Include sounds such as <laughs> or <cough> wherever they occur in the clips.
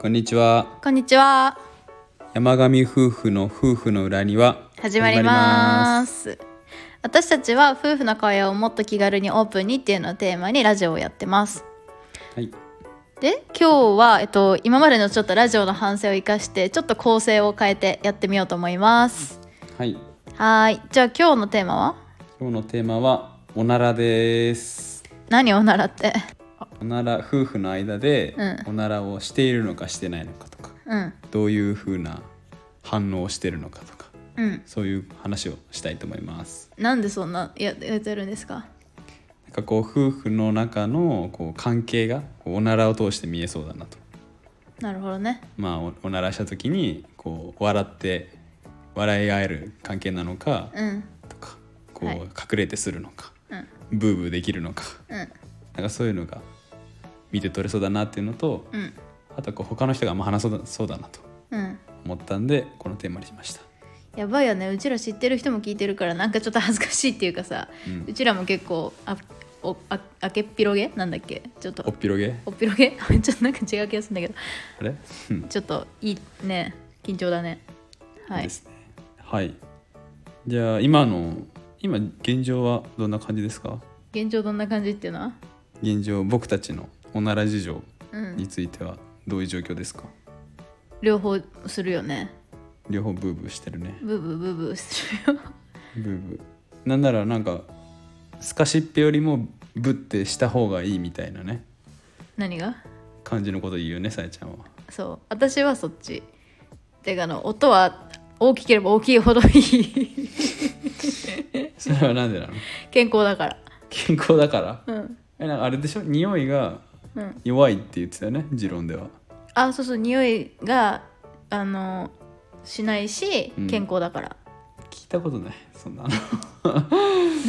こんにちはこんにちは。山上夫婦の夫婦の裏には始まります。私たちは夫婦の会話をもっと気軽にオープンにっていうのをテーマにラジオをやってます。はいで、今日はえっと今までのちょっとラジオの反省を生かしてちょっと構成を変えてやってみようと思います。はいはーい。じゃあ今日のテーマは今日のテーマはおならです何を習って？おなら夫婦の間でうおならをしているのかしてないのかとかうんどういう風な反応をしてるのかとかうん。そういう話をしたいと思いますなんでそんなややってるんですか？なんかこう夫婦の中のこう関係がこうおならを通して見えそうだなとなるほどね。まあおおならした時にこう笑って笑い合える関係なのかうんとかこうはい隠れてするのか、うんブーブーできるのかうんなんかそういうのが見て取れそうだなっていうのとうんあとこう他の人があんま話そうだそうだなとうん。思ったんでこのテーマにしましたやばいよねうちら知ってる人も聞いてるからなんかちょっと恥ずかしいっていうかさ、ううんちらも結構あおああけっぴろげなんだっけちょっとおっぴろげおっぴろげ <laughs> ちょっとなんか違う気がするんだけどあれ、うんちょっといいね緊張だねはいですねはいじゃあ今の今現状はどんな感じですか現状どんな感じっていうのは現状僕たちのおなら事情うんについてはどういう状況ですか、両方するよね両方ブーブーしてるねブーブーブーブーするよ <laughs> ブーブーなんならなんかすかしっぺよりもブってした方がいいみたいなね何が感じのこと言うよねさやち <laughs> ゃんはそう私はそっちてかあの音は大きければ大きいほどいいそれはなんでなの健康だから健康だからうんえなんかあれでしょ匂いがうん弱いって言ってたよね持論ではあそうそう匂いがあのしないしうん健康だから、 <laughs> 聞いたことないそんなの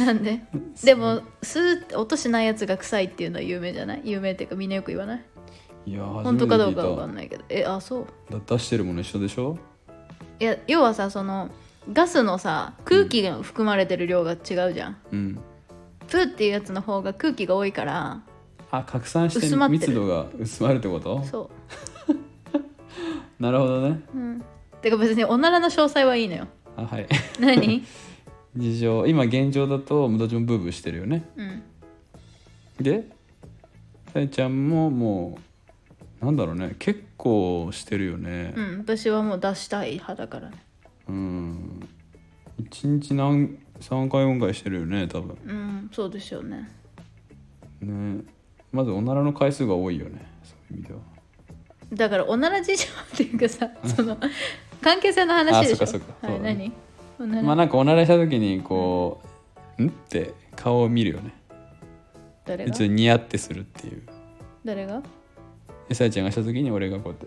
な <laughs> んででもスーって音しないやつが臭いっていうのは有名じゃない有名っていうかみんなよく言わないいやー初本めて当かど聞ういたかわかんないけどえあそうだ出してるもの一緒でしょいや要はさそのガスのさ空気が含まれてる量が違うじゃん、うんプーっていうやつの方が空気が多いからあ拡散して薄まってる密度が薄まるってことそなるほどねううんてか別におならの詳細はいいのよあはい <laughs> 何事情今現状だとどっちもブーブーしてるよねうんでさえちゃんももうなんだろうね結構してるよねうん私はもう出したい派だからねうん一日何3回4回してるよね多分うんそうですよねねまずおならの回数が多いよねそういう意味ではだからおなら事情っていうかさその関係性の話でしょあそっかそっかはい、そうだ何ねおなら、まあなんかおならした時にこう「ん?」って顔を見るよね誰でがちょっとニヤってするっていう誰がでさえちゃんがした時に俺がこうやって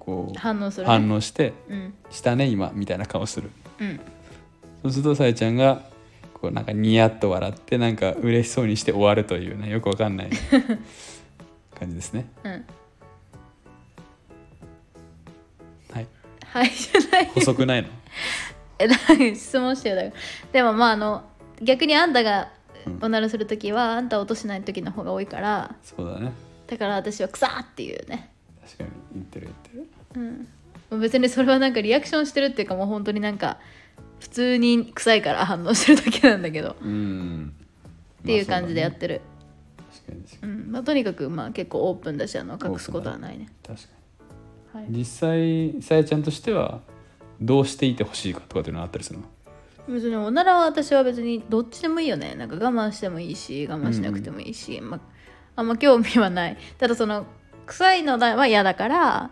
こう反応する、ね、反応してうん「したね今」みたいな顔するうんそうするとさえちゃんがこうなんかニヤッと笑ってなんか嬉しそうにして終わるというねよくわか <laughs> んない感じですね。うんはい、はいじゃない細くないのえ何質問してよだからでもまああの逆にあんたがおならする時は、あんたは落としない時の方が多いからそうだねだから私は「くさーっていうね確かに言ってる言ってるもう別にそれはなんかリアクションしてるっていうかもう本当になんか普通に臭いから反応してるだけなんだけど、うんっていう感じでやっまてるあそうだね確かに確かうんまあ、とにかくまあ結構オープンだしあの隠すことはないね。に確かはいに実際さえちゃんとしてはどうしていてほしいかとかっていうのはあったりするの別におならは私は別にどっちでもいいよねなんか我慢してもいいし我慢しなくてもいいし、まあんま興味はない <laughs> ただその臭いのは嫌だから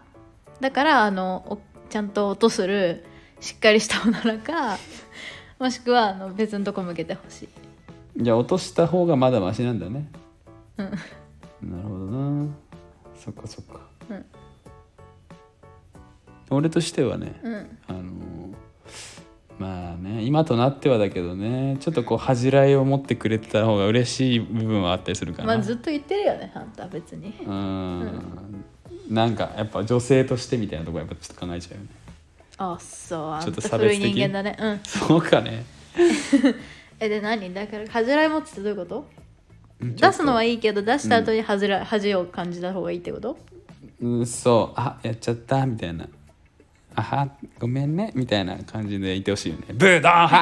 だからあのおちゃんと音するしっかりしたおならか <laughs> もしくはあの別のとこ向けてほしいじゃあ落とした方がまだマシなんだねうんなるほどなそっかそっか、うん俺としてはね、うんあのまあね今となってはだけどねちょっとこう恥じらいを持ってくれてた方が嬉しい部分はあったりするかまな、あずっと言ってるよねあんた別にうんなんかやっぱ女性としてみたいなところやっぱちょっと考えちゃうよねあそうあちょんっとた差古別い的人間だねうんそうかねえで何だから恥じらい持つってどういうこと出すのはいいいいけど出した後に恥じら、恥を感じた方がいいってことうんそうあやっちゃったみたいなあはごめんねみたいな感じでいてほしいよねブードーンはは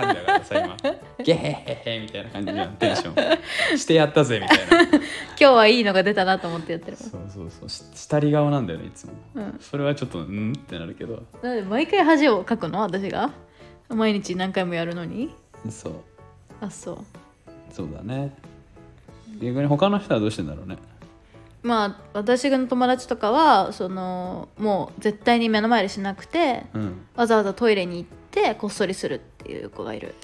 はみたいなさ今ゲヘヘヘみたいな感じのテンションしてやったぜみたいな今日はいいのが出たなと思ってやってるそうそうそうししたり顔なんだよねいつも、うんそれはちょっとうんってなるけどなんで毎回恥をかくの私が毎日何回もやるのにそうあそうそうだね逆に他の人はどうしてんだろうねまあ私の友達とかはそのもう絶対に目の前でしなくてうんわざわざトイレに行ってこっそりするっていう子がいる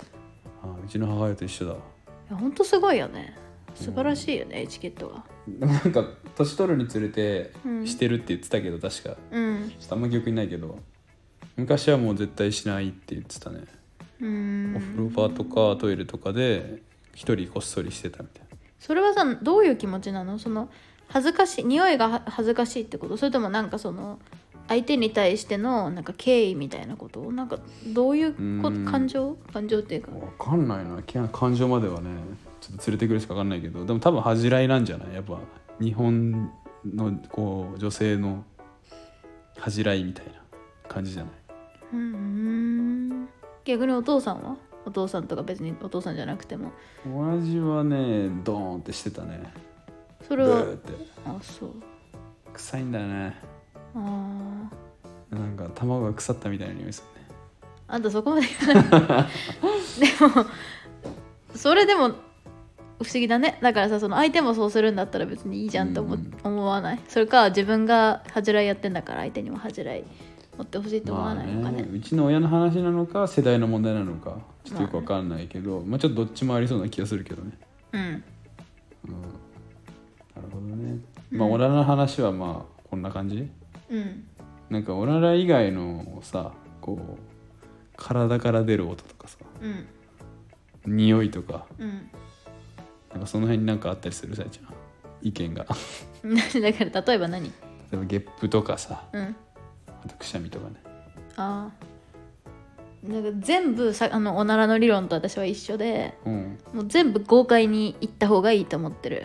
あうちの母親と一緒だわいやほんとすごいよね素晴らしいよねエチケットがでもなんか年取るにつれてうんしてるって言ってたけど確かうんちょっとあんま記憶にないけど昔はもう絶対しないって言ってたね、うおん風呂場とかトイレとかで一人こっそりしてたみたいなそれはさどういう気持ちなのその恥ずかしい匂いがは恥ずかしいってことそれともなんかその相手に対してのなんか敬意みたいなことなんかどういうこうん感情感情っていうか分かんないなき感情まではねちょっと連れてくるしか分かんないけどでも多分恥じらいなんじゃないやっぱ日本のこう女性の恥じらいみたいな感じじゃないうん逆にお父さんはお父さんとか別にお父さんじゃなくても親父はねドーンってしてたねそブれはーってあそう臭いんだよねあーなんか卵が腐ったみたいな匂いするねあんたそこまで言わないでもそれでも不思議だねだからさその相手もそうするんだったら別にいいじゃんと思,、うん思わないそれか自分が恥じらいやってんだから相手にも恥じらい持ってほしいと思わないのかね,、うちの親の話なのか世代の問題なのかちょっとよくわかんないけど、まあちょっとどっちもありそうな気がするけどねうんなるほどねまあオナラの話はまあこんな感じうんなんかオナラ以外のさこう体から出る音とかさうん匂いとかうんなんかその辺になんかあったりするさいちゃん意見が <laughs> 何だから例えば何例えばゲップとかさうんあとくしゃみとかねあーなんか全部さあのおならの理論と私は一緒でうんもう全部豪快に行った方がいいと思ってる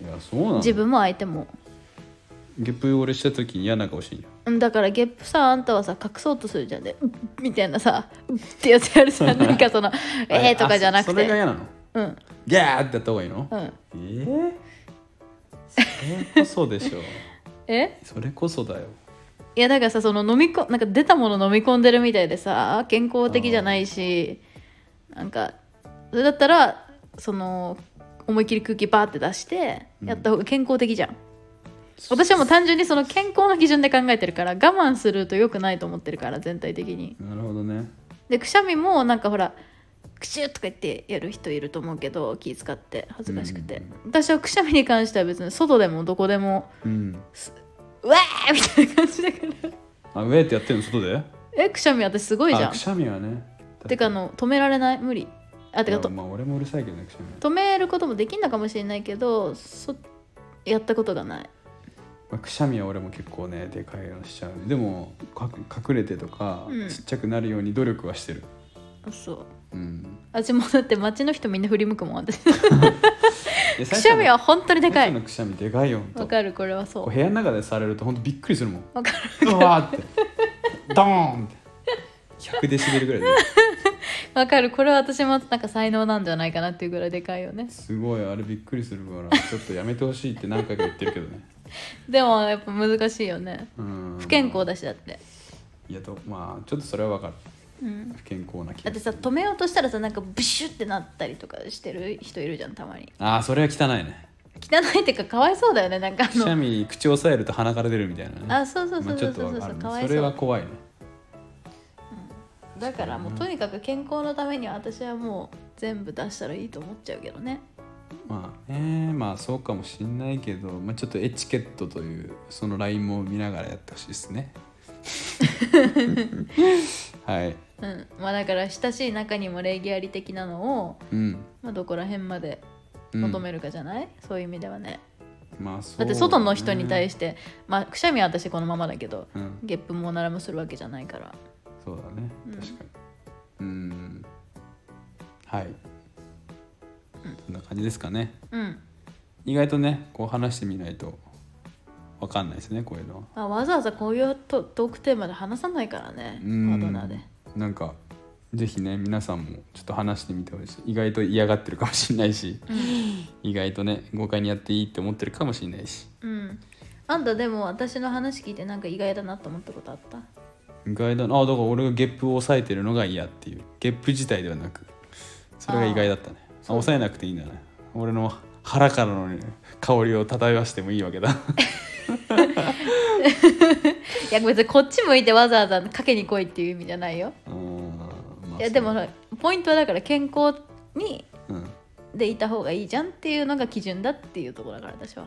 いやそうなの自分も相手も。ゲップ俺した時に嫌な顔してんようんだからゲップさあんたはさ隠そうとするじゃんねうんみたいなさうんってやつや <laughs> るさなんかその「えー」とかじゃなあくそそれがて嫌なのうんギャーってやった方がいいの、うんえーそれこそでしょえそれこそだよいやだからさその飲みこなんか出たもの飲み込んでるみたいでさ健康的じゃないしなんかそれだったらその思いっきり空気バーって出してやった方が健康的じゃん、私はもう単純にその健康の基準で考えてるから我慢すると良くないと思ってるから全体的になるほどねでくしゃみもなんかほらクシュッとか言ってやる人いると思うけど気使って恥ずかしくて、私はくしゃみに関しては別に外でもどこでもうんうわーみたいな感じだからあウェーってやってんの外で <laughs> えくしゃみ私すごいじゃあんくしゃみはねてかあの止められない無理あてかいやとまあ俺もうるさいけどねくしゃみは、止めることもできんのかもしれないけどそやったことがないまあ、くしゃみは俺も結構ねでかいのしちゃうでもかく隠れてとか、うんちっちゃくなるように努力はしてるあそううん私もうだって街の人みんな振り向くもん <laughs> 私くくしゃみは本当にで <laughs> かいのくしゃみでかいよほんとわかるこれはそこうう部屋の中でされると本当びっくりするもんわかるうわーってドー <laughs> ンって100デシベルぐらいでわかるこれは私もなんか才能なんじゃないかなっていうぐらいでかいよねすごいあれびっくりするからちょっとやめてほしいって何回か言ってるけどね <laughs> でもやっぱ難しいよねうん不健康だしだって、いやとまあちょっとそれは分かるうん、不健康な気がだってさ止めようとしたらさなんかブシュってなったりとかしてる人いるじゃんたまにああそれは汚いね汚いってかかわいそうだよねなんかあくしゃのみ口を押さえると鼻から出るみたいなねあそうそうそうそうそうそうまあちょっと分かかわるねいそうそれは怖いねだからもうとにかく健康のためには私はもう全部出したらいいと思っちゃうけどねまあねまあそうかもしんないけど、まあ、ちょっとエチケットというそのラインも見ながらやってほしいです <laughs> ねはいうんまあだから親しい中にも礼儀あり的なのを、うんまあ、どこら辺までうん求めるかじゃない、そういう意味ではねまあそうだって外の人に対して、まあくしゃみは私このままだけどてうんゲップもおならもするわけじゃないからそうだね確かにうんはい、そんな感じですかねうん意外とねこう話してみないとわかんないですねこういうのはまあ、わざわざこういうトトークテーマで話さないからねパうんートナーでなんかぜひね皆さんもちょっと話してみてほしい意外と嫌がってるかもしれないし、意外とね豪快にやっていいって思ってるかもしれないしうんあんたでも私の話聞いてなんか意外だなと思ったことあった意外だなあだから俺がゲップを抑えてるのが嫌っていうゲップ自体ではなくそれが意外だったねあ抑えなくていいんだね俺の腹からの、ね、香りを漂わしてもいいわけだ <laughs> いや別にこっち向いてわざわざかけに来いっていう意味じゃないようーんまあいやでもそほらポイントはだから健康にううんでいた方がいいじゃんっていうのが基準だっていうところだから私は、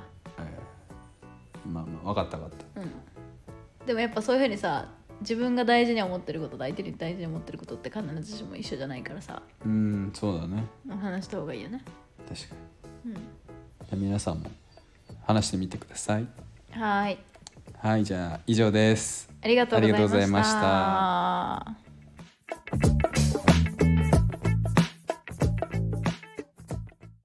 まあまあ分かった分かっうん、でもやっぱそういうふうにさ自分が大事に思ってることと相手に大事に思ってることって必ずしも一緒じゃないからさたうーんそうだね話した方がいいよね確かに、じゃあ皆さんも話してみてくださいはーいはいじゃあ以上ですありがとうございましたありがとうございまました